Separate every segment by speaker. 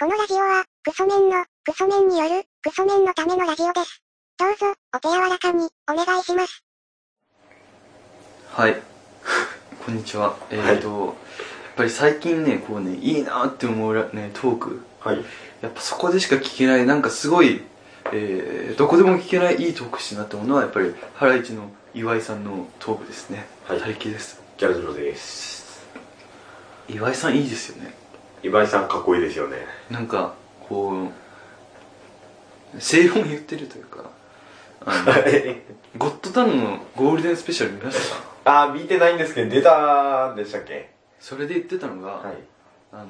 Speaker 1: このラジオは、クソメンの、クソメンによる、クソメンのためのラジオです。どうぞ、お手柔らかに、お願いします。
Speaker 2: はい。 こんにちは。えっ、ー、と、やっぱり最近ね、こうね、いいなって思うらね、トーク。
Speaker 3: はい。
Speaker 2: やっぱそこでしか聞けない、なんかすごい、えー、どこでも聞けないいいトークしてなって思うのは、やっぱり、ハライチの岩井さんのトークですね。
Speaker 3: はい
Speaker 2: 大輝です。
Speaker 3: ギャルズロです。
Speaker 2: 岩井さんいいですよね。
Speaker 3: 岩井さんかっこいいですよね。
Speaker 2: なんか、こう、正論言ってるというか、あ のゴッドタンのゴールデンスペシャル見ましたか
Speaker 3: あー、見てないんですけど、出たんでしたっけ
Speaker 2: それで言ってたのが、
Speaker 3: はい。
Speaker 2: あのー、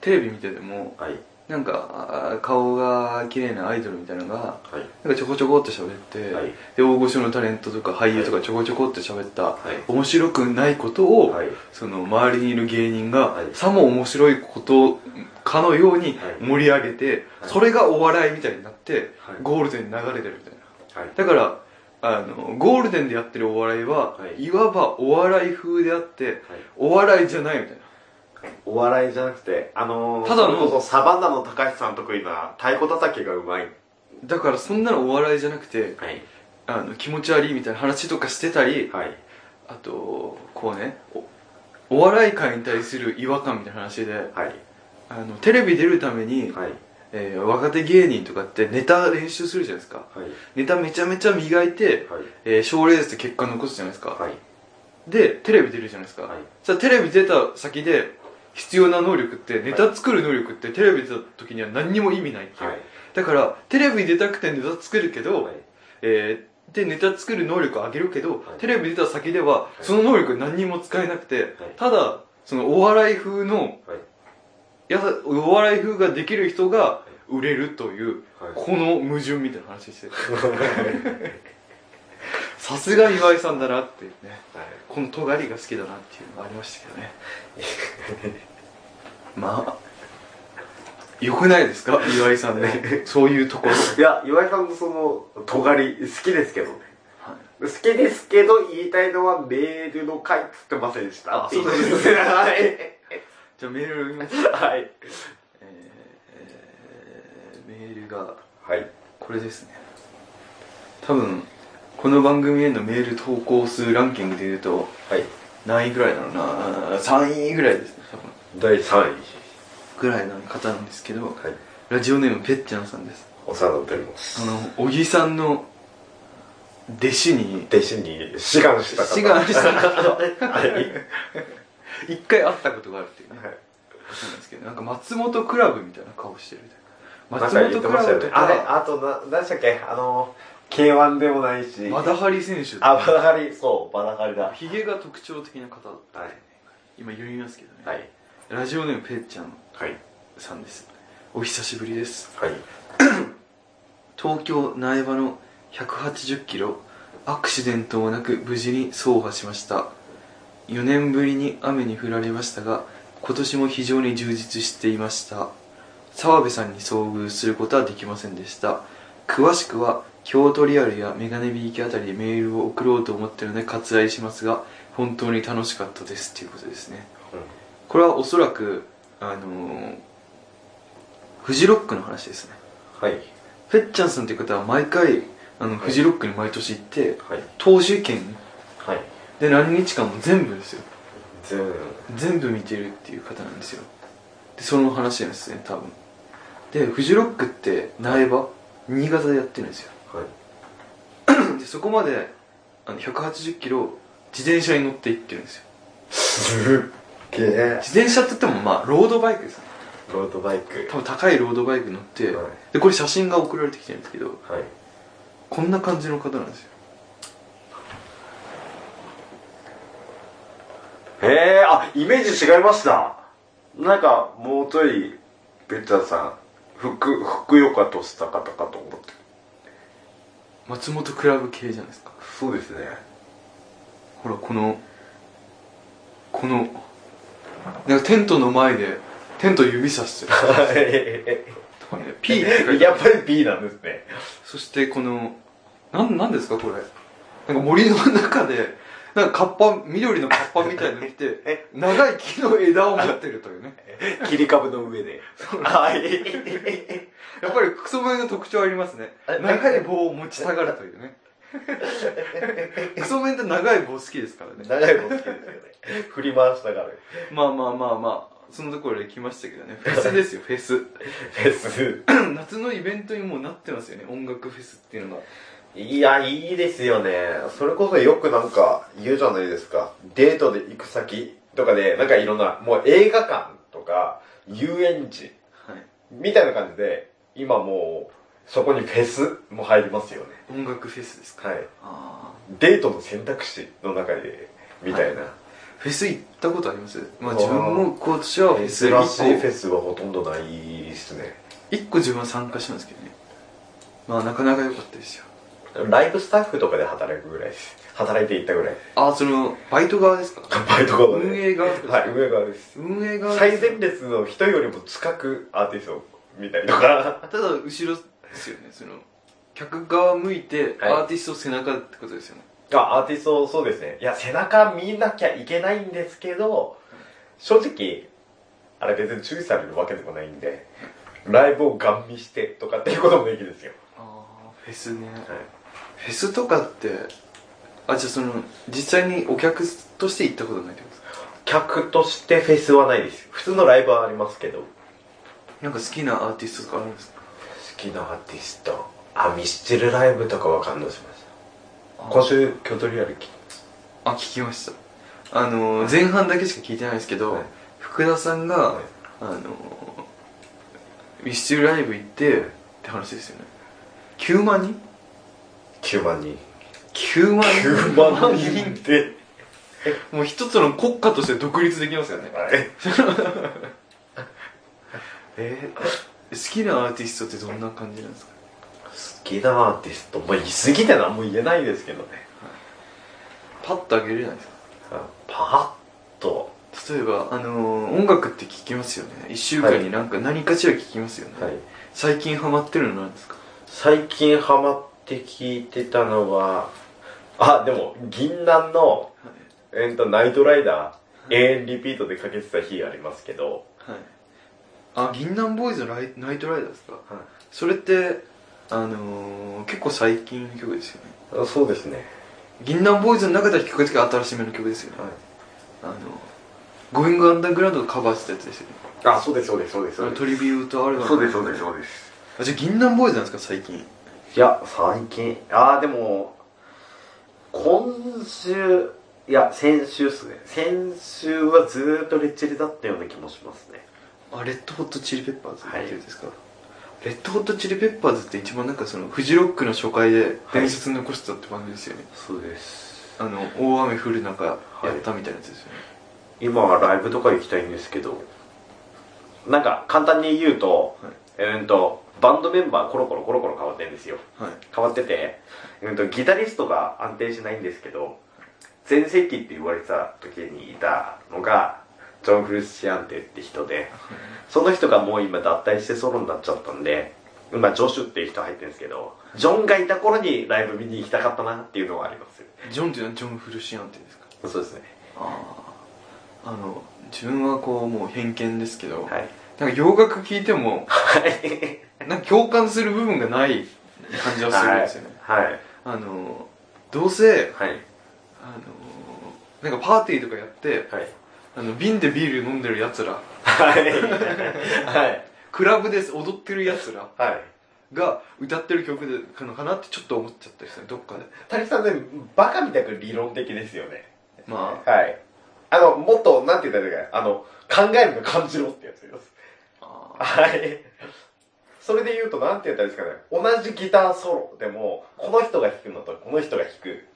Speaker 2: テレビ見てても
Speaker 3: はい。
Speaker 2: なんかあー顔が綺麗なアイドルみたいなのが
Speaker 3: はい。
Speaker 2: なんかちょこちょこって喋って、
Speaker 3: はい
Speaker 2: で大御所のタレントとか俳優とかちょこちょこって喋った、
Speaker 3: い
Speaker 2: 面白くないことを、
Speaker 3: はい
Speaker 2: その周りにいる芸人が、
Speaker 3: はい
Speaker 2: さも面白いことかのように
Speaker 3: はい
Speaker 2: 盛り上げて、
Speaker 3: はい
Speaker 2: それがお笑いみたいになって、
Speaker 3: はい
Speaker 2: ゴールデンに流れてるみたいな
Speaker 3: はい。
Speaker 2: だからあのゴールデンでやってるお笑いは、
Speaker 3: はい
Speaker 2: い、わばお笑い風であって、お笑いじゃないみたいな
Speaker 3: お笑いじゃなくて、あのー、
Speaker 2: ただの
Speaker 3: それこそサバンナの高橋さん得意な太鼓叩きがうまい。
Speaker 2: だからそんなのお笑いじゃなくて
Speaker 3: はい。
Speaker 2: あの気持ち悪いみたいな話とかしてたり
Speaker 3: はい。
Speaker 2: あとこうねおお笑い界に対する違和感みたいな話で
Speaker 3: はい。
Speaker 2: あのテレビ出るために、
Speaker 3: はい。
Speaker 2: えー若手芸人とかってネタ練習するじゃないですか
Speaker 3: はい。
Speaker 2: ネタめちゃめちゃ磨いて
Speaker 3: はい。
Speaker 2: 賞、えー、賞レースで結果残すじゃないですか、
Speaker 3: はい。
Speaker 2: でテレビ出るじゃないですか、
Speaker 3: はい
Speaker 2: じゃあテレビ出た先で必要な能力ってネタ作る能力ってテレビ出た時には何にも意味ないっていう、
Speaker 3: はい
Speaker 2: だからテレビ出たくてネタ作るけど、
Speaker 3: はい
Speaker 2: えーでネタ作る能力を上げるけど、
Speaker 3: はい
Speaker 2: テレビ出た先ではその能力何にも使えなくて、ただそのお笑い風の
Speaker 3: はい。
Speaker 2: やさお笑い風ができる人が売れるという、
Speaker 3: はい
Speaker 2: この矛盾みたいな話しててさすが岩井さんだなっていうね
Speaker 3: はい。
Speaker 2: この尖りが好きだなっていうのがありましたけどね まあよくないですか岩井さん ねそういうところ、
Speaker 3: いや、岩井さんのその、尖り、好きですけどね。好きですけど、言いたいのはメールの回っつってませんでした。
Speaker 2: あそうなん
Speaker 3: ですね。はい。
Speaker 2: じゃあメールを読みます、
Speaker 3: はい。
Speaker 2: えーメールが
Speaker 3: はい。
Speaker 2: これですね多分この番組へのメール投稿数ランキングでいうと
Speaker 3: はい。
Speaker 2: 何位ぐらいだろうな3位ぐらいですね多分
Speaker 3: 第3位。
Speaker 2: ぐらいの方なんですけど
Speaker 3: はい。
Speaker 2: ラジオネームぺっちゃんさんです
Speaker 3: お世話になっております。
Speaker 2: あの小木さんの弟子に
Speaker 3: 弟子に志願した方。
Speaker 2: 志願した
Speaker 3: は
Speaker 2: 方
Speaker 3: い。はい。
Speaker 2: 一回会ったことがあるっていうねそうなんですけどなんか松本クラブみたいな顔してるみた
Speaker 3: ないん
Speaker 2: な松本
Speaker 3: か言って
Speaker 2: ク
Speaker 3: ま
Speaker 2: ラ
Speaker 3: した
Speaker 2: ブ
Speaker 3: よ
Speaker 2: と
Speaker 3: ね。あれ、
Speaker 2: か
Speaker 3: あとな、何でしたっけあの、K1 でもないし。
Speaker 2: マダハリ選手
Speaker 3: あ、バダハリ、そう、バダハリだ。は
Speaker 2: ひげが特徴的な方
Speaker 3: い。
Speaker 2: 今読みますけどね、
Speaker 3: はい。
Speaker 2: ラジオネームぺっちゃん
Speaker 3: はい。
Speaker 2: さんですお久しぶりです
Speaker 3: はい。
Speaker 2: 東京苗場の180キロアクシデントもなく無事に走破しました4年ぶりに雨に降られましたが今年も非常に充実していました澤部さんに遭遇することはできませんでした詳しくは京都リアルやメガネビーキあたりでメールを送ろうと思ってるので割愛しますが本当に楽しかったですということですねこれはおそらくあのーフジロックの話ですね
Speaker 3: はい。
Speaker 2: フェッチャンさんという方は毎回あの、フジロックに毎年行って
Speaker 3: はい。
Speaker 2: 投手券
Speaker 3: はい。
Speaker 2: で何日間も全部ですよ
Speaker 3: 全部。
Speaker 2: 全部見てるっていう方なんですよでその話なんですね多分でフジロックって苗場新潟でやってるんですよ
Speaker 3: はい。
Speaker 2: でそこまであの180キロ自転車に乗って行ってるんですよ
Speaker 3: すっげえ。
Speaker 2: 自転車って言ってもまあロードバイクですね
Speaker 3: ロードバイク。
Speaker 2: 多分高いロードバイク乗って、
Speaker 3: はい
Speaker 2: でこれ写真が送られてきてるんですけど
Speaker 3: はい。
Speaker 2: こんな感じの方なんですよ
Speaker 3: へえ、あ、イメージ違いました。なんか、もうちょい、ベッチャーさん、ふく、ふくよかとした方かと思って。
Speaker 2: 松本クラブ系じゃないですか
Speaker 3: そうですね。
Speaker 2: ほらこのこのなんかテントの前でテント指さして るとかね P って書いてあ
Speaker 3: や
Speaker 2: る
Speaker 3: っぱり B なんですね。
Speaker 2: そしてこのなんなんですかこれなんか森の中でなんかカッパ緑のカッパみたいの着 て長い木の枝を持ってるというね
Speaker 4: 切り株の上で。はい。
Speaker 2: やっぱりクソメンの特徴ありますね
Speaker 3: え
Speaker 2: 長い棒を持ちたがるというねクソメンって長い棒好きですからね
Speaker 3: 長い棒好きですよね。振り回したがる。
Speaker 2: まあまあまあまあそのところで来ましたけどねフェスですよフェ ス
Speaker 3: フェス。
Speaker 2: 夏のイベントにもうなってますよね音楽フェスっていうのが
Speaker 3: いや、いいですよね。それこそよくなんか言うじゃないですか。デートで行く先とかで、なんかいろんな、もう映画館とか、遊園地
Speaker 2: はい
Speaker 3: みたいな感じで、今もう、そこにフェスも入りますよね。
Speaker 2: 音楽フェスですか
Speaker 3: はい。
Speaker 2: あ
Speaker 3: デートの選択肢の中で、みたいな。
Speaker 2: あフェス行ったことありますまあ
Speaker 3: あー
Speaker 2: 自分も今年はフェス
Speaker 3: 珍しい
Speaker 2: 1
Speaker 3: フ
Speaker 2: 個
Speaker 3: ェスはほとんどないですね。
Speaker 2: 一個自分は参加したんですけどねまあなかなか良かったですよ
Speaker 3: ライブスタッフとかで働くぐらいです。働いていったぐらい。
Speaker 2: ああそのバイト側ですか
Speaker 3: バイト側で。
Speaker 2: 運営側とか
Speaker 3: はい、運営側です。
Speaker 2: 運営側
Speaker 3: 最前列の人よりも近くアーティストを見たり とか。
Speaker 2: ただ後ろですよねその客側向いて
Speaker 3: はい
Speaker 2: アーティスト背中ってことですよね、
Speaker 3: あ、アーティスト、そうですね。いや、背中見なきゃいけないんですけど、正直、あれ別に注意されるわけでもないんで、ライブをガン見してとかっていうこともできるんですよ。
Speaker 2: ああフェスね、
Speaker 3: はい
Speaker 2: フェスとかってあじゃあその実際にお客として行ったことないってことですか
Speaker 3: 客としてフェスはないです。普通のライブはありますけど、好
Speaker 2: なんか好きなアーティストとかあるんですか
Speaker 3: きなアーティスト、あ、ミスチルライブとかは感動しました。今週、京都リアル聞
Speaker 2: あ聞きましたあのー前半だけしか聞いてないですけど、
Speaker 3: はい
Speaker 2: 福田さんが、
Speaker 3: はい
Speaker 2: あのー、ウィッシュライブ行ってって話ですよね9万人
Speaker 3: 9万人。
Speaker 2: 9万人
Speaker 3: 9万人って。
Speaker 2: もう一つの国家として独立できますよね
Speaker 3: はい。
Speaker 2: えー、好きなアーティストってどんな感じなんですか
Speaker 3: 好きなアーティスト、まあ、言い過ぎてな、もう言えないですけどね。
Speaker 2: パッとあげるじゃないです
Speaker 3: パーッと。
Speaker 2: か例えばあのー、音楽って聞きますよね1週間になんか何かしら聞きますよね、
Speaker 3: はい。
Speaker 2: 最近ハマってるのなんですか
Speaker 3: 最近ハマって聞いてたのは、あ、でも、銀杏の、えっと、ナイトライダー、永遠リピートでかけてた日ありますけど、
Speaker 2: はいあ銀杏ボーイズのライナイトライダーですか
Speaker 3: は
Speaker 2: それってあのー、結構最近の曲ですよね
Speaker 3: い、そうですね。
Speaker 2: 銀杏ボーイズの中では聞くとき新しめの曲ですよね
Speaker 3: はい。
Speaker 2: あのゴーイングアンダーグラウンドをカバーしたやつですよね
Speaker 3: あ、そうです、そうです、そうです。
Speaker 2: それトリビュートアルバム
Speaker 3: そうです、そうです、そうです。
Speaker 2: あじゃあ銀杏ボーイズなんですか最近
Speaker 3: いや、最近、ああ、でも、今週、いや、先週っすね。先週はずーっとレッチリだったような気もしますね。
Speaker 2: あレッドホットチリペッパーズっていうんですか、レッドホットチリペッパーズって一番なんかそのフジロックの初回で伝説に残したって感じですよね、
Speaker 3: そうです。
Speaker 2: あの大雨降る中やったみたいなやつですよね、
Speaker 3: 今はライブとか行きたいんですけど、なんか簡単に言うと、
Speaker 2: はい
Speaker 3: えーんと、バンドメンバーコロコロコロコロ変わってるんですよ。
Speaker 2: はい、
Speaker 3: 変わってて、うんと、ギタリストが安定しないんですけど、全盛期って言われてた時にいたのが、ジョン・フルシアンテって人で、その人がもう今脱退してソロになっちゃったんで、今、ジョシュっていう人入ってるんですけど、ジョンがいた頃にライブ見に行きたかったなっていうのはありますよ
Speaker 2: ジョンっていうのはジョン・フルシアンってですか
Speaker 3: そうですね。
Speaker 2: あああの自分はこうもう偏見ですけど、
Speaker 3: はい。
Speaker 2: なんか洋楽聴いても
Speaker 3: はい。
Speaker 2: なんか共感する部分がない感じはするんですよね、
Speaker 3: はい。
Speaker 2: あのどうせ
Speaker 3: はい。
Speaker 2: あのなんかパーティーとかやって
Speaker 3: はい。
Speaker 2: あの瓶でビール飲んでるやつら
Speaker 3: はい。はい。
Speaker 2: クラブで踊ってるやつら
Speaker 3: はい。
Speaker 2: が歌ってる曲なのかなってちょっと思っちゃったりするどっかで
Speaker 3: 谷さんね、バカみたく理論的ですよね。
Speaker 2: まあ
Speaker 3: はい。あの、もっと、なんて言ったらいいか、あの、考えるの感じろってやつです。
Speaker 2: あー
Speaker 3: はい。それで言うと、なんて言ったらいいですかね。同じギターソロでも、この人が弾くのとこの人が弾く。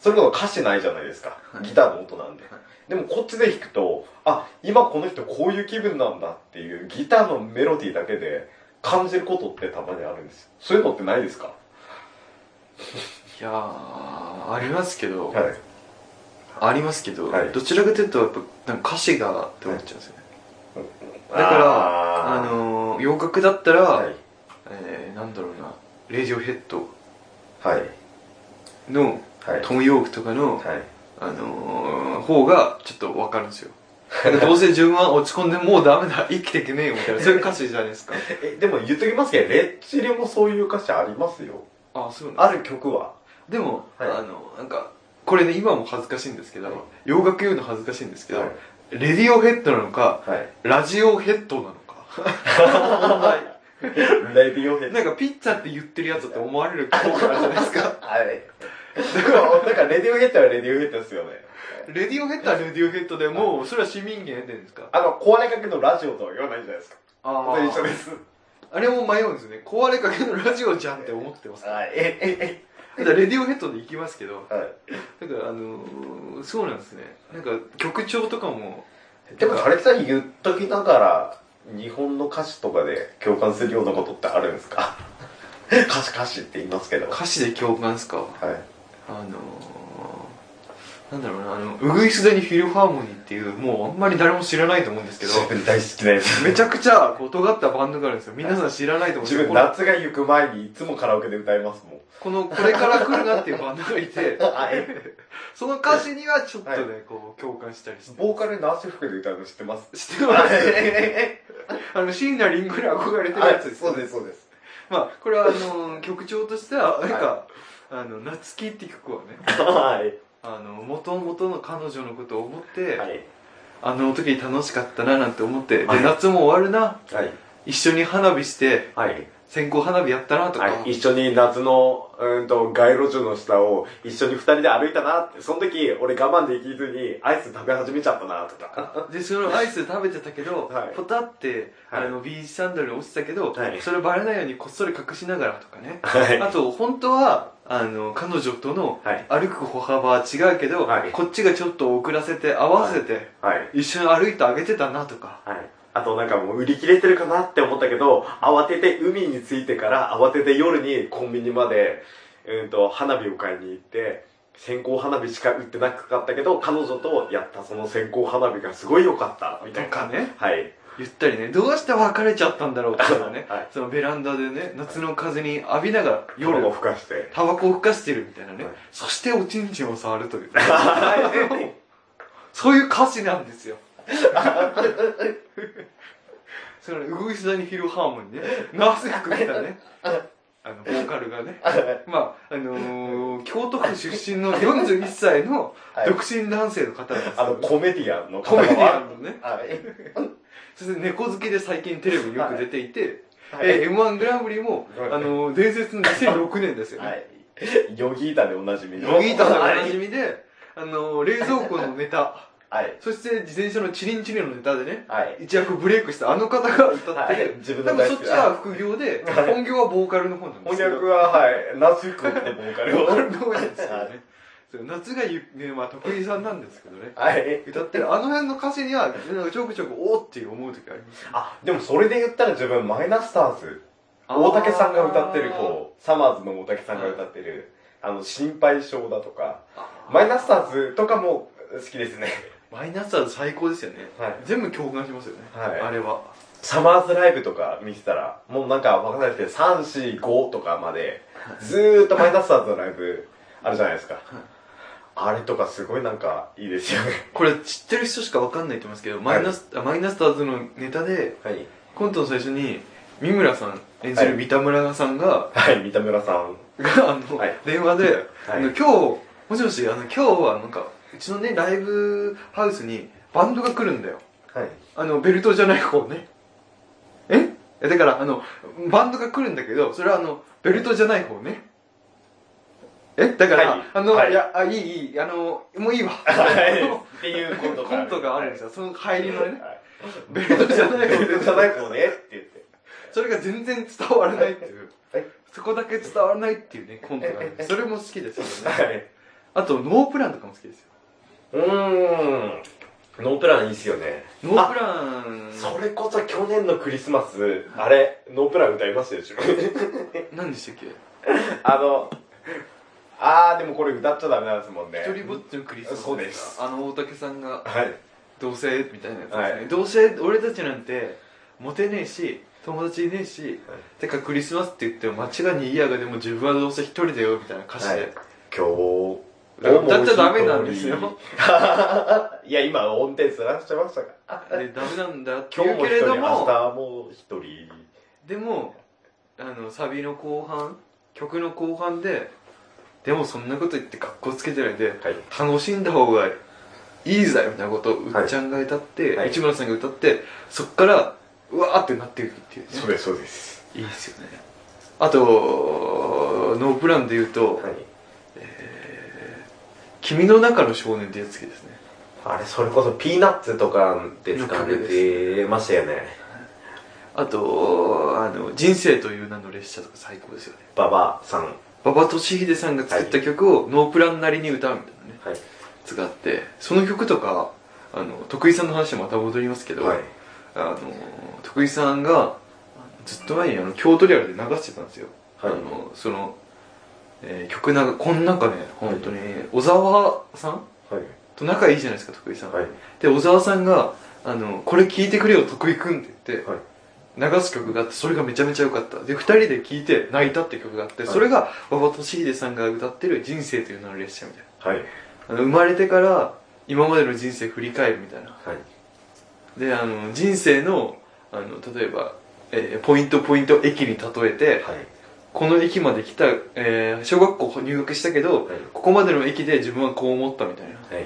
Speaker 3: それこそ歌詞ないじゃないですか。
Speaker 2: はい
Speaker 3: ギターの音なんで
Speaker 2: はい。
Speaker 3: でもこっちで弾くと、あ、今この人こういう気分なんだっていうギターのメロディーだけで感じることってたまにあるんですよ。そういうのってないですか
Speaker 2: いやーありますけど、
Speaker 3: はい。
Speaker 2: ありますけど、
Speaker 3: はい
Speaker 2: どちらかというとやっぱなんか歌詞がって思っちゃうんですよね、
Speaker 3: だ
Speaker 2: だからあ、のー、洋楽だったら、
Speaker 3: はい。
Speaker 2: えー、なんだろうなレディオヘッド
Speaker 3: はい。
Speaker 2: の
Speaker 3: はい。
Speaker 2: トム・ヨークとかの、
Speaker 3: はい。
Speaker 2: あのー方がちょっとわかるん ですよなんかどうせ自分は落ち込んでもうダメだ生きていけねえよみたいなそういう歌詞じゃないですか
Speaker 3: えでも言っときますけどレッチリもそういう歌詞ありますよ
Speaker 2: あそうなんだ
Speaker 3: ある曲は
Speaker 2: でも、
Speaker 3: はい
Speaker 2: あのなんかこれね今も恥ずかしいんですけど、
Speaker 3: はい
Speaker 2: 洋楽言うの恥ずかしいんですけど、
Speaker 3: はい
Speaker 2: レディオヘッドなのか
Speaker 3: はい
Speaker 2: ラジオヘッドなのか
Speaker 3: レディオヘッ ド
Speaker 2: なんかピッツァって言ってるやつだって思われることがあるじゃないです か
Speaker 3: はいだからなんかレディオヘッドはレディオヘッドですよね
Speaker 2: レディオヘッドはレディオヘッドでもうそれは市民権得てるんですか
Speaker 3: あの壊れかけのラジオとは言わないじゃないですか
Speaker 2: あ
Speaker 3: それ一緒です
Speaker 2: あれも迷うんですよね壊れかけのラジオじゃんって思ってます
Speaker 3: はいええ
Speaker 2: ただレディオヘッドで行きますけど
Speaker 3: えはい
Speaker 2: だからあのー、そうなんですねなんか曲調とかも
Speaker 3: でも、タレツさん言っときながら、日本の歌詞とかで共感するようなことってあるんですか歌詞歌詞って言いますけど。はい。
Speaker 2: 歌詞で共感ですかあのー、なんだろうなあのウグイスデにフィルハーモニーっていうもうあんまり誰も知らないと思うんですけ ど
Speaker 3: 自分大好きなやつ。
Speaker 2: めちゃくちゃこう尖ったバンドがあるんですよ皆さん知らないと思うん
Speaker 3: 自
Speaker 2: ですよ
Speaker 3: 分
Speaker 2: この
Speaker 3: 夏が行く前にいつもカラオケで歌いますもん。
Speaker 2: このこれから来るなっていうバンドがいて
Speaker 3: はい。
Speaker 2: その歌詞にはちょっとね、
Speaker 3: はい
Speaker 2: こう共感したりして
Speaker 3: ボーカルナース服で歌うの知ってます
Speaker 2: してます
Speaker 3: え
Speaker 2: あの椎名林檎に憧れてるやつです
Speaker 3: そうです、そうです。
Speaker 2: まあこれはあのー曲調としてはなんか「あの夏希」って曲はね
Speaker 3: はい。
Speaker 2: あの元々の彼女のことを思って、
Speaker 3: はい。
Speaker 2: あの時楽しかったななんて思って、
Speaker 3: はい
Speaker 2: で夏も終わるな
Speaker 3: はい。
Speaker 2: 一緒に花火して
Speaker 3: はい。
Speaker 2: 線香花火やったなとか、
Speaker 3: はい、一緒に夏の、うーんと、街路樹の下を一緒に二人で歩いたなって、その時俺我慢できずにアイス食べ始めちゃったなとか。
Speaker 2: でそのアイス食べてたけど、
Speaker 3: はい
Speaker 2: ポタって、
Speaker 3: はい
Speaker 2: あのビーチサンドに落ちたけど、
Speaker 3: はい
Speaker 2: それバレないようにこっそり隠しながらとかね、
Speaker 3: はい
Speaker 2: あと本当はあの彼女との
Speaker 3: はい。
Speaker 2: 歩く歩幅は違うけど、
Speaker 3: はい
Speaker 2: こっちがちょっと遅らせて合わせて、
Speaker 3: はい。
Speaker 2: 一緒に歩いてあげてたなとか
Speaker 3: はい。あとなんかもう売り切れてるかなって思ったけど、慌てて海に着いてから、慌てて夜にコンビニまで、うーんと、花火を買いに行って、線香花火しか売ってなかったけど、彼女とやったその線香花火がすごい良かった、みたい
Speaker 2: と
Speaker 3: な。
Speaker 2: かね
Speaker 3: はい。
Speaker 2: 言ったりねどうして別れちゃったんだろうとかね
Speaker 3: はい
Speaker 2: そのベランダでね夏の風に浴びながら
Speaker 3: 夜
Speaker 2: 夜
Speaker 3: をふかして。
Speaker 2: タバコをふかしてるみたいなね、
Speaker 3: はい
Speaker 2: そしておちんちんを触るという
Speaker 3: はい
Speaker 2: そういう歌詞なんですよ そのウグイスダニフィルハーモニーねナース服着たねあのボーカルがねまああのー、京都府出身の41歳の
Speaker 3: はい
Speaker 2: 独身男性の方なんですけ
Speaker 3: あ
Speaker 2: ど
Speaker 3: の、コメディアンの
Speaker 2: コメディアンのね
Speaker 3: はい。
Speaker 2: そして猫好きで最近テレビによく出ていて、
Speaker 3: え
Speaker 2: え M1 グランプリも、
Speaker 3: はい
Speaker 2: あの伝説の2006年ですよね、
Speaker 3: はい。ヨギータでおなじみの。
Speaker 2: ロギータさんがおなじみで、あの冷蔵庫のネタ
Speaker 3: はい。
Speaker 2: そして自転車のチリンチリンのネタでね
Speaker 3: はい。
Speaker 2: 一躍ブレイクしたあの方が歌って、
Speaker 3: はい自分
Speaker 2: 多
Speaker 3: の
Speaker 2: 分
Speaker 3: 大
Speaker 2: そ
Speaker 3: 好
Speaker 2: っ
Speaker 3: き
Speaker 2: ちは副業で本業はボーカルの方なんです
Speaker 3: 翻
Speaker 2: けど
Speaker 3: 訳は、はい。夏服ってボーカル
Speaker 2: ボ
Speaker 3: を。
Speaker 2: ーカルの方なんですけどねそう夏がゆ、ねまあ、得意さんなんですけどね
Speaker 3: はい。
Speaker 2: 歌ってるあの辺の歌詞にはちょくちょくおーって思う時あります、ね、
Speaker 3: あ、でもそれで言ったら自分、マイナスターズ。大竹さんが歌ってる方、サマーズの大竹さんが歌ってる、あの、心配性だとか、マイナスターズとかも好きですね。
Speaker 2: マイナスは最高ですよね、
Speaker 3: はい
Speaker 2: 全部共感しますよね、
Speaker 3: はい
Speaker 2: あれは
Speaker 3: サマーズライブとか見てたら、もうなんかわかんないですけど、3、4、5とかまで、ずーっとマイナスターズのライブあるじゃないですか。あれとかすごいなんかいいですよね。
Speaker 2: これ知ってる人しかわかんないと思いますけど、マイナスあマイナスターズのネタで
Speaker 3: はい。
Speaker 2: コントの最初に三村さん演じる
Speaker 3: はい
Speaker 2: 三田村さんが、
Speaker 3: はい、三田村さん。
Speaker 2: があの、
Speaker 3: はい
Speaker 2: 電話で、あの
Speaker 3: はい
Speaker 2: 今日もしもしあの今日はなんかうちのねライブハウスにバンドが来るんだよ
Speaker 3: はい。
Speaker 2: あのベルトじゃない方ねええだからあのバンドが来るんだけどそれはあのベルトじゃない方ねえだから、
Speaker 3: はい
Speaker 2: あの、
Speaker 3: はい
Speaker 2: い、やあいいいいあのもういいわ
Speaker 3: っていうコント
Speaker 2: コントがあるんですよ、その入りのね、
Speaker 3: はい
Speaker 2: ベルトじゃない
Speaker 3: ベ
Speaker 2: 方
Speaker 3: ル
Speaker 2: で
Speaker 3: トじゃない方ねって言って。
Speaker 2: それが全然伝わらないっていう、
Speaker 3: はい
Speaker 2: そこだけ伝わらないっていうね、コントがあるんですそれも好きですけどね、
Speaker 3: はい。
Speaker 2: あと、ノープランとかも好きですよ、
Speaker 3: うーん。ノープランいいっすよね。
Speaker 2: ノープラ
Speaker 3: それこそ去年のクリスマス、あれ、ノープラン歌いましたよ、自分。
Speaker 2: ン、何でしたっけ、
Speaker 3: あの、あー、でもこれ歌っちゃダメなんですもんね。
Speaker 2: 一人ぼっちのクリスマスか
Speaker 3: そうです
Speaker 2: あの大竹さんが、
Speaker 3: はい。
Speaker 2: どうせみたいなやつですね、
Speaker 3: はい
Speaker 2: どうせ俺たちなんて、モテねえし、友達いねえし、てかクリスマスって言っても街が賑やかでも自分はどうせ一人だよみたいな歌詞で
Speaker 3: 今日、
Speaker 2: 歌っちゃダメなんですよ。
Speaker 3: いや、今、音程ずらしちゃいましたから。
Speaker 2: でダメなんだって
Speaker 3: 今日
Speaker 2: 言う
Speaker 3: も
Speaker 2: け
Speaker 3: 一
Speaker 2: れ
Speaker 3: 人、
Speaker 2: ど
Speaker 3: 明日
Speaker 2: も
Speaker 3: も一人。
Speaker 2: でもあのサビの後半曲の後半ででもそんなこと言って格好つけてないで
Speaker 3: はい。
Speaker 2: 楽しんだ方がいいぜみたいなことをうっちゃんが歌って、
Speaker 3: はい
Speaker 2: 内村さんが歌ってそっからうわーってなっていくっていうね
Speaker 3: そうです、そうです。
Speaker 2: いいですよねあとノープランで言うと
Speaker 3: はい。
Speaker 2: 「君の中の少年」ってやつ好きですね
Speaker 3: あれ、それこそピーナッツとかで使われてましたよね。
Speaker 2: あとあの「人生という名の列車」とか最高ですよね
Speaker 3: ババさん。
Speaker 2: 馬場俊秀さんが作った曲をノープランなりに歌うみたいなね
Speaker 3: はい。
Speaker 2: 使ってその曲とかあの徳井さんの話にまた戻りますけど、
Speaker 3: はい。
Speaker 2: あの徳井さんがずっと前にあの京都リアルで流してたんですよ、
Speaker 3: はい
Speaker 2: あのその、えー曲なんかこの中ね本当に小沢さん
Speaker 3: はい。
Speaker 2: と仲いいじゃないですか徳井さん、
Speaker 3: はい。
Speaker 2: で小沢さんがあの「これ聴いてくれよ徳井くん」って言って、
Speaker 3: はい
Speaker 2: 流す曲があってそれがめちゃめちゃ良かったで2人で聴いて泣いたって曲があって、
Speaker 3: はい
Speaker 2: それが馬場俊秀さんが歌ってる「人生という名の列車」みたいな
Speaker 3: はい。
Speaker 2: あの生まれてから今までの人生振り返るみたいな
Speaker 3: はい。
Speaker 2: であの人生のあの例えば、えーポイントポイント駅に例えて、
Speaker 3: はい。
Speaker 2: この駅まで来た、えー小学校入学したけど、
Speaker 3: はい
Speaker 2: ここまでの駅で自分はこう思ったみたいな
Speaker 3: はい。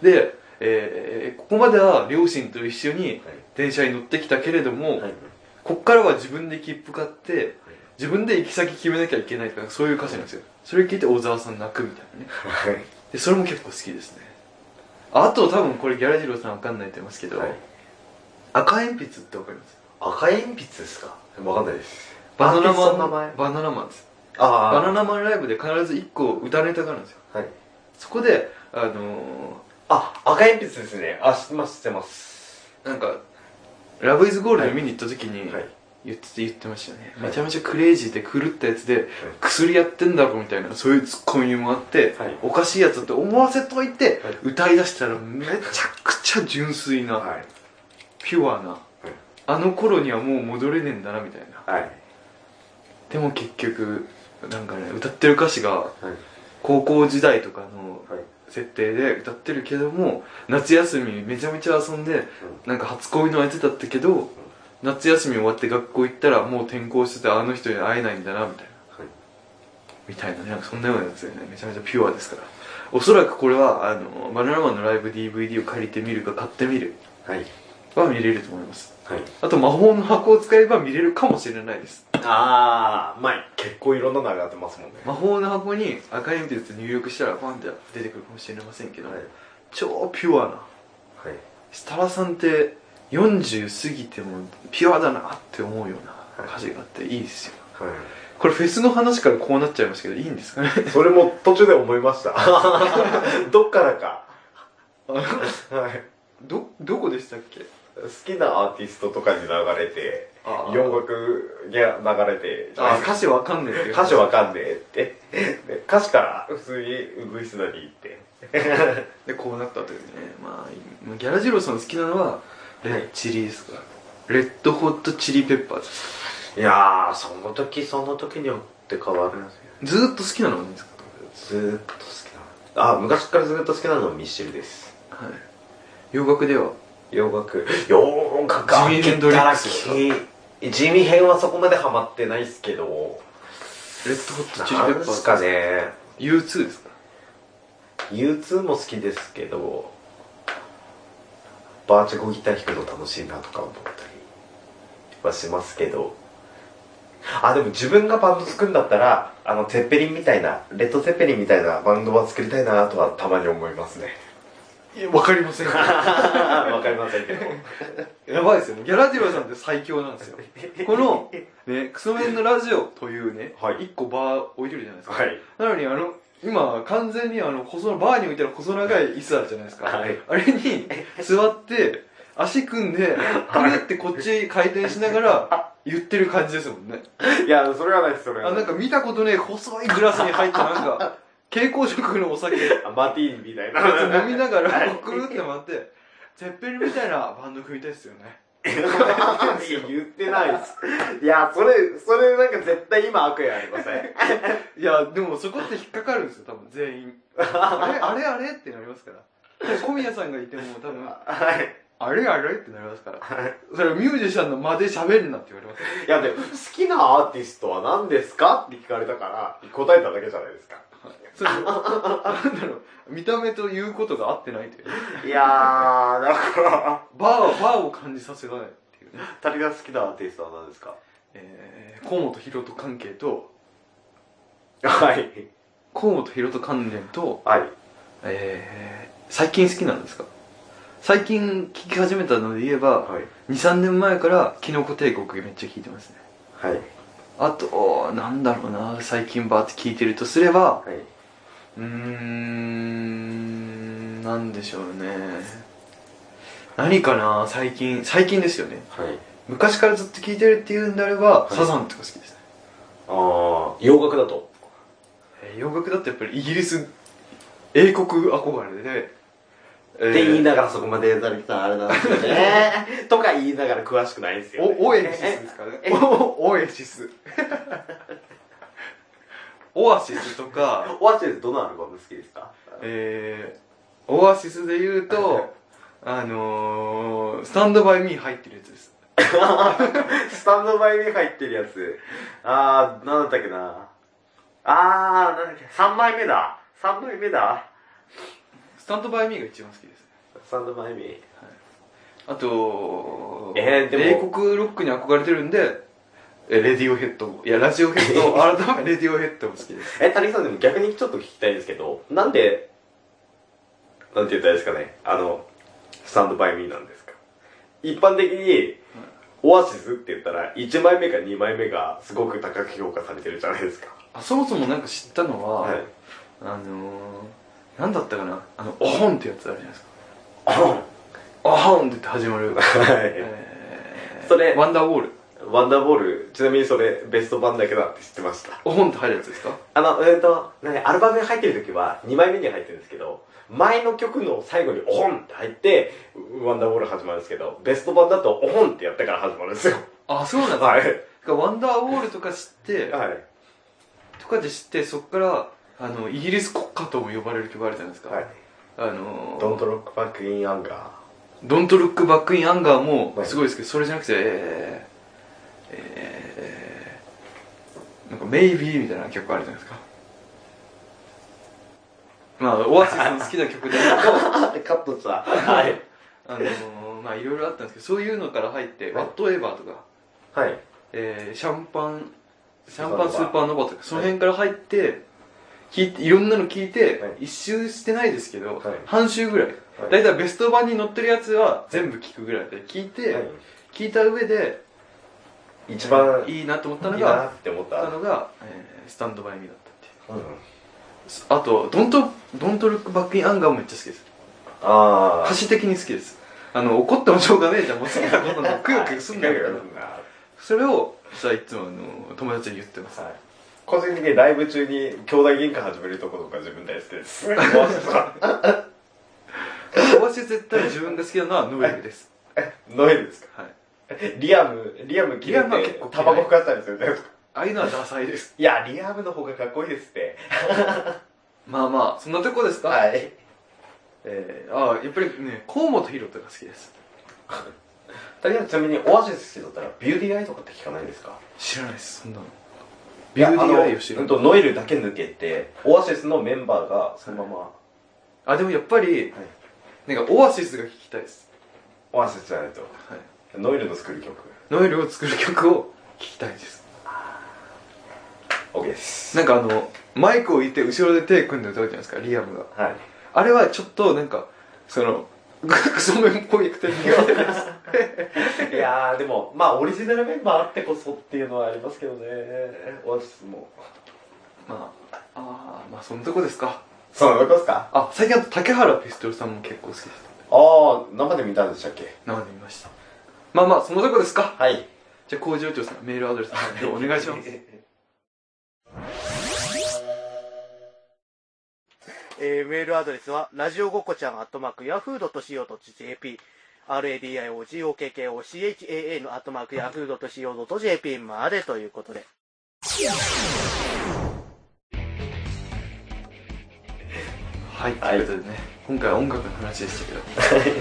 Speaker 2: で、えーここまでは両親と一緒に
Speaker 3: はい
Speaker 2: 電車に乗ってきたけれども、
Speaker 3: はい。
Speaker 2: こっからは自分で切符買って自分で行き先決めなきゃいけないとかそういう歌詞なんですよそれ聞いて小沢さん泣くみたいなね
Speaker 3: はい。
Speaker 2: でそれも結構好きですねあと多分これギャラジローさんわかんないと思いますけど、
Speaker 3: はい
Speaker 2: 赤鉛筆ってわかります
Speaker 3: 赤鉛筆ですかわかんないです。
Speaker 2: バナナ
Speaker 3: アーティストの
Speaker 2: マ
Speaker 3: 名前
Speaker 2: ンバナナマンです
Speaker 3: あ
Speaker 2: バナナマンライブで必ず1個歌ネタがあるんですよ
Speaker 3: はい。
Speaker 2: そこであの
Speaker 3: あ、赤鉛筆ですね。あ、知ってます、知ってます。
Speaker 2: ー、なんか「ラブイズゴールド見に行った時に
Speaker 3: はい。
Speaker 2: 言ってて言ってましたよね、
Speaker 3: はい
Speaker 2: めちゃめちゃクレイジーで狂ったやつで、薬やってんだろみたいなそういうツッコミもあって、
Speaker 3: はい
Speaker 2: おかしいやつって思わせといて、
Speaker 3: はい
Speaker 2: 歌い出したらめちゃくちゃ純粋な、
Speaker 3: はい。
Speaker 2: ピュアな、あの頃にはもう戻れねえんだなみたいな
Speaker 3: はい。
Speaker 2: でも結局なんかね歌ってる歌詞が
Speaker 3: はい。
Speaker 2: 高校時代とかの
Speaker 3: はい。
Speaker 2: 設定で歌ってるけども夏休みめちゃめちゃ遊んでなんか初恋の相手だったけど夏休み終わって学校行ったらもう転校しててあの人に会えないんだなみたいな
Speaker 3: はい。
Speaker 2: みたいなねなんかそんなようなやつでねめちゃめちゃピュアですからおそらくこれはあのバナナマンのライブ DVD を借りてみるか買ってみる
Speaker 3: はい。
Speaker 2: は見れると思います
Speaker 3: はい。
Speaker 2: あと魔法の箱を使えば見れるかもしれないです
Speaker 3: あー、まあ、結構いろんなのがってますもんね。
Speaker 2: 魔法の箱に赤鉛筆入力したらパンって出てくるかもしれませんけど、
Speaker 3: はい。
Speaker 2: 超ピュアな
Speaker 3: はい。
Speaker 2: 設楽さんって40過ぎてもピュアだなって思うような歌詞があっていいですよ
Speaker 3: は
Speaker 2: これフェスの話からこうなっちゃいましたけどいいんですかね
Speaker 3: い。それも途中で思いました。 どっからか。はい。
Speaker 2: どどこでしたっけ
Speaker 3: 好きなアーティストとかに流れて、
Speaker 2: あー
Speaker 3: 洋楽が流れて、
Speaker 2: あ歌詞わかんねえっていう
Speaker 3: 歌詞わかんねえって。で歌詞から普通にうぐいすなり行って。
Speaker 2: でこうなったというねまあギャラジローさんの好きなのはレッチリですか、レッドホットチリペッパーズです
Speaker 3: いやー、その時その時によって変わるんですよ。
Speaker 2: ずーっと好きなのは何ですか
Speaker 3: ずーっと好きなの。あ、昔からずーっと好きなのはミッシェルです。
Speaker 2: はい洋楽では
Speaker 3: 洋楽。洋楽か。
Speaker 2: ジミーヘンドリックス
Speaker 3: ギター系地味編はそこまでハマってないっすけど、
Speaker 2: レッドホットチリペ
Speaker 3: な
Speaker 2: ッ
Speaker 3: ん
Speaker 2: パーズ
Speaker 3: すかね。
Speaker 2: U2 ですか
Speaker 3: U2 も好きですけど、バーチャコギター弾くの楽しいなとか思ったりはしますけど、あ、でも自分がバンド作るんだったら、あの、ゼッペリンみたいな、レッドゼッペリンみたいなバンドは作りたいなとはたまに思いますね。
Speaker 2: いやわかりません
Speaker 3: わかりませんけど。
Speaker 2: やばいですよね。ギャラディロさんって最強なん ですよ。この、ね、クソメンのラジオというね、
Speaker 3: はい
Speaker 2: 一個バー置いてるじゃないですか。
Speaker 3: はい。
Speaker 2: なのに、あの、今、完全にあの、細長い、バーに置いてある細長い椅子あるじゃないですか。
Speaker 3: はい
Speaker 2: あれに座って、足組んで、くねってこっち回転しながら言ってる感じですもんね。
Speaker 3: いや、それはないです、それ
Speaker 2: あ
Speaker 3: はな
Speaker 2: ないん。か見たことねえ細いグラスに入ったなんか、蛍光色のお酒、や
Speaker 3: あマティーニみたいな。
Speaker 2: つ飲みながら、くるって回って、てっぺんみたいなバンド組みたいですよね。
Speaker 3: 言って ないです。いや、それ、それなんか絶対今悪意ありません。
Speaker 2: いや、でもそこって引っかかるんですよ、多分全員。あれあれあれってなりますから。で小宮さんがいても多分、
Speaker 3: はい。
Speaker 2: あれあれってなりますから。それミュージシャンの間で喋るなって言われますよ。
Speaker 3: いや、でも、好きなアーティストは何ですかって聞かれたから、答えただけじゃないですか。
Speaker 2: それ、なんだろう、見た目と言うことが合ってないという。
Speaker 3: いやー、だから、
Speaker 2: バーはバーを感じさせないっていうね。
Speaker 3: 誰が好きなアーティストは何ですか
Speaker 2: えー、河本ヒロト関係と、
Speaker 3: はい。
Speaker 2: 河本ヒロト関連と、
Speaker 3: はい。
Speaker 2: えー、最近好きなんですか最近聴き始めたので言えば、
Speaker 3: はい。
Speaker 2: 2、3年前からキノコ帝国めっちゃ聴いてますね。
Speaker 3: はい。
Speaker 2: あと、なんだろうな、最近バーって聞いてるとすれば、
Speaker 3: はい。
Speaker 2: うーん、なんでしょうね。何かな、最近、最近ですよね。
Speaker 3: はい。
Speaker 2: 昔からずっと聞いてるっていうんであれば、
Speaker 3: い
Speaker 2: サザンとか好きですね。
Speaker 3: あー、洋楽だと。
Speaker 2: えー洋楽だってやっぱりイギリス、英国憧れで、えー
Speaker 3: って言いながらそこまでザリキさんあれなんですよね。 とか言いながら詳しくないんですよ、ね。
Speaker 2: おオエシスですかねお オエシス オアシスとか、
Speaker 3: オアシスどのアルバム好きですか
Speaker 2: えー、オアシスで言うとあのー、スタンドバイミー入ってるやつです
Speaker 3: スタンドバイに入ってるやつ。あー、なんだったっけな。あー、なんだっけ、3枚目だ。3枚目だ。
Speaker 2: スタンドバイミーが一番好きです
Speaker 3: スタンドバイミ
Speaker 2: あと、
Speaker 3: えーでも
Speaker 2: 英国ロックに憧れてるんでえレディオヘッドもいやラジオヘッド 改めレディオヘッドも好きです
Speaker 3: え、谷さんでも逆にちょっと聞きたいんですけど、なんで、なんて言ったらいいですかね、あの、スタンドバイミーなんですか一般的に、オアシスって言ったら、1枚目か2枚目がすごく高く評価されてるじゃないですか。
Speaker 2: あそもそもなんか知ったのは、
Speaker 3: はい。
Speaker 2: あのー、なんだったかなあのオホンってやつあるじゃないですか
Speaker 3: は
Speaker 2: オホンって言って始まる
Speaker 3: い。それ
Speaker 2: ワンダーウォール。
Speaker 3: ワンダーボール、ちなみにそれ、ベスト版だけだって知ってました。
Speaker 2: お本って入るやつですか
Speaker 3: あの、えっ、と、なんかアルバムに入ってる時は、2枚目に入ってるんですけど、前の曲の最後にオホンって入って、ワンダーボール始まるんですけど、ベスト版だとオホンってやってから始まるんですよ。
Speaker 2: あ、そうなんだ。
Speaker 3: はい。
Speaker 2: だからワンダーウォールとか知って、
Speaker 3: はい。
Speaker 2: とかで知って、そっから、あの、イギリス国歌とも呼ばれる曲あるじゃないですか。
Speaker 3: はい。
Speaker 2: あのー、
Speaker 3: ドントロックバックインアン ガ
Speaker 2: ドントルックバックインアンガーも
Speaker 3: はい
Speaker 2: すごいですけど、それじゃなくて、えー、えー、なんか、メイビーみたいな曲あるじゃないですか。まあ、オアシスの好きな曲で言 うと、
Speaker 3: ー。カットした。はい。
Speaker 2: あのー、まあ、いろいろあったんですけど、そういうのから入って、ワットエバーとか、
Speaker 3: はい。
Speaker 2: えーシャンパンシャンパンスーパーノバとかその辺から入って、聞いていろんなの聞いて、
Speaker 3: はい
Speaker 2: 一周してないですけど、
Speaker 3: はい
Speaker 2: 半周ぐらい、
Speaker 3: はい
Speaker 2: だいたいベスト版に載ってるやつは全部聞くぐらいで聞いて、聞いた上で
Speaker 3: 一番いい
Speaker 2: いいなと思ったの
Speaker 3: な
Speaker 2: が
Speaker 3: って思っ
Speaker 2: あった
Speaker 3: た。
Speaker 2: のが、えースタンドバイミーだったっていう
Speaker 3: うん。
Speaker 2: すあとドントドントルックバックインアンガーもめっちゃ好きです
Speaker 3: あ
Speaker 2: 歌
Speaker 3: ー。
Speaker 2: 詞的に好きですあの怒ってもしょうがねえじゃんもう好きなことなのくよくよすんなよみたいな
Speaker 3: な。
Speaker 2: それを私はいつもあの友達に言ってます
Speaker 3: はい。個人的にライブ中に兄弟喧嘩始めるところが自分大好き です。オアシスは
Speaker 2: オアシス絶対自分が好きなのはノエルです。
Speaker 3: ノエルですか
Speaker 2: はい。
Speaker 3: リアム、リアム切れ
Speaker 2: リアムは結
Speaker 3: て
Speaker 2: 構嫌い、
Speaker 3: タバコ吹かせたんですよね。
Speaker 2: ああいうのはダサいです。
Speaker 3: いや、リアムの方がかっこいいですって。
Speaker 2: まあまあ、そんなとこですかい。
Speaker 3: い。
Speaker 2: えー、ああ、やっぱりね、河本ヒロトが好きです。
Speaker 3: だけどちなみにオアシス好きだったら、ビューティーアイとかって聞かないですか
Speaker 2: 知らないです、そんなの。ビューティーアイを知
Speaker 3: いやあのう
Speaker 2: る
Speaker 3: ん。とノエルだけ抜けて、オアシスのメンバーがそのまま、
Speaker 2: あ、でもやっぱり、なんかオアシスが聴きたいです。
Speaker 3: オアシスじゃないと。
Speaker 2: はい。
Speaker 3: ノエルの作る曲。
Speaker 2: ノエルを作る曲を聴きたいです。
Speaker 3: OK です。
Speaker 2: なんかあの、マイクを置いて後ろで手組んで歌うじゃないですか、リアムが。
Speaker 3: はい。
Speaker 2: あれはちょっとなんか、その、 クソメンっぽい役に苦手です。
Speaker 3: いやーでもまあオリジナルメンバーあってこそっていうのはありますけどねオアシスも
Speaker 2: まあ、ああ、まあそんなとこですか。
Speaker 3: そう残すか
Speaker 2: あ、最近あと竹原ピストルさんも結構好きです。
Speaker 3: ああ生で見たんでしたっけ
Speaker 2: 生で見ました。まあまあ、そのとこですか。
Speaker 3: はい
Speaker 2: じゃあ、工場長さん、メールアドレス発表お願いします。
Speaker 5: えーメールアドレスは、ラジオごこちゃん、アットマーク、ヤフードとしようと JP、 RADIOGOKKOCHAA のアットマークヤフー .co.jp までということで。
Speaker 2: はい、
Speaker 3: はい
Speaker 2: ということでね今回は音楽の話でした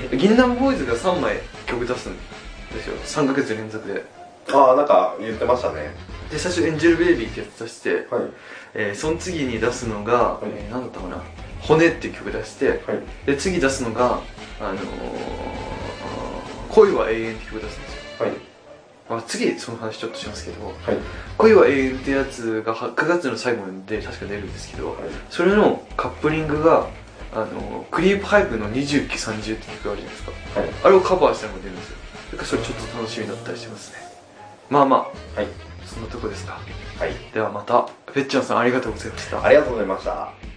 Speaker 2: けど銀杏ボーイズが3枚曲出すんですよ3ヶ月連続で
Speaker 3: ああなんか言ってましたね
Speaker 2: で最初「エンジェルベイビー」ってやつ出して、
Speaker 3: はい
Speaker 2: えーその次に出すのが、
Speaker 3: い
Speaker 2: えーなんだったかな「骨」っていう曲出して、
Speaker 3: はい
Speaker 2: で次出すのが「あのー、あー恋は永遠」って曲出すんですよ
Speaker 3: はい
Speaker 2: あ次その話ちょっとしますけど
Speaker 3: はい
Speaker 2: 「恋は永遠」ってやつがは9月の最後で確か出るんですけど、それのカップリングがあのクリープハイプの29、30って曲あるじゃないですか、
Speaker 3: はい
Speaker 2: あれをカバーしたのが出るんですよだからそれちょっと楽しみだったりしますねまあまあ
Speaker 3: はい
Speaker 2: そんなとこですか
Speaker 3: はい
Speaker 2: ではまたフェッチャンさんありがとうございました
Speaker 3: ありがとうございました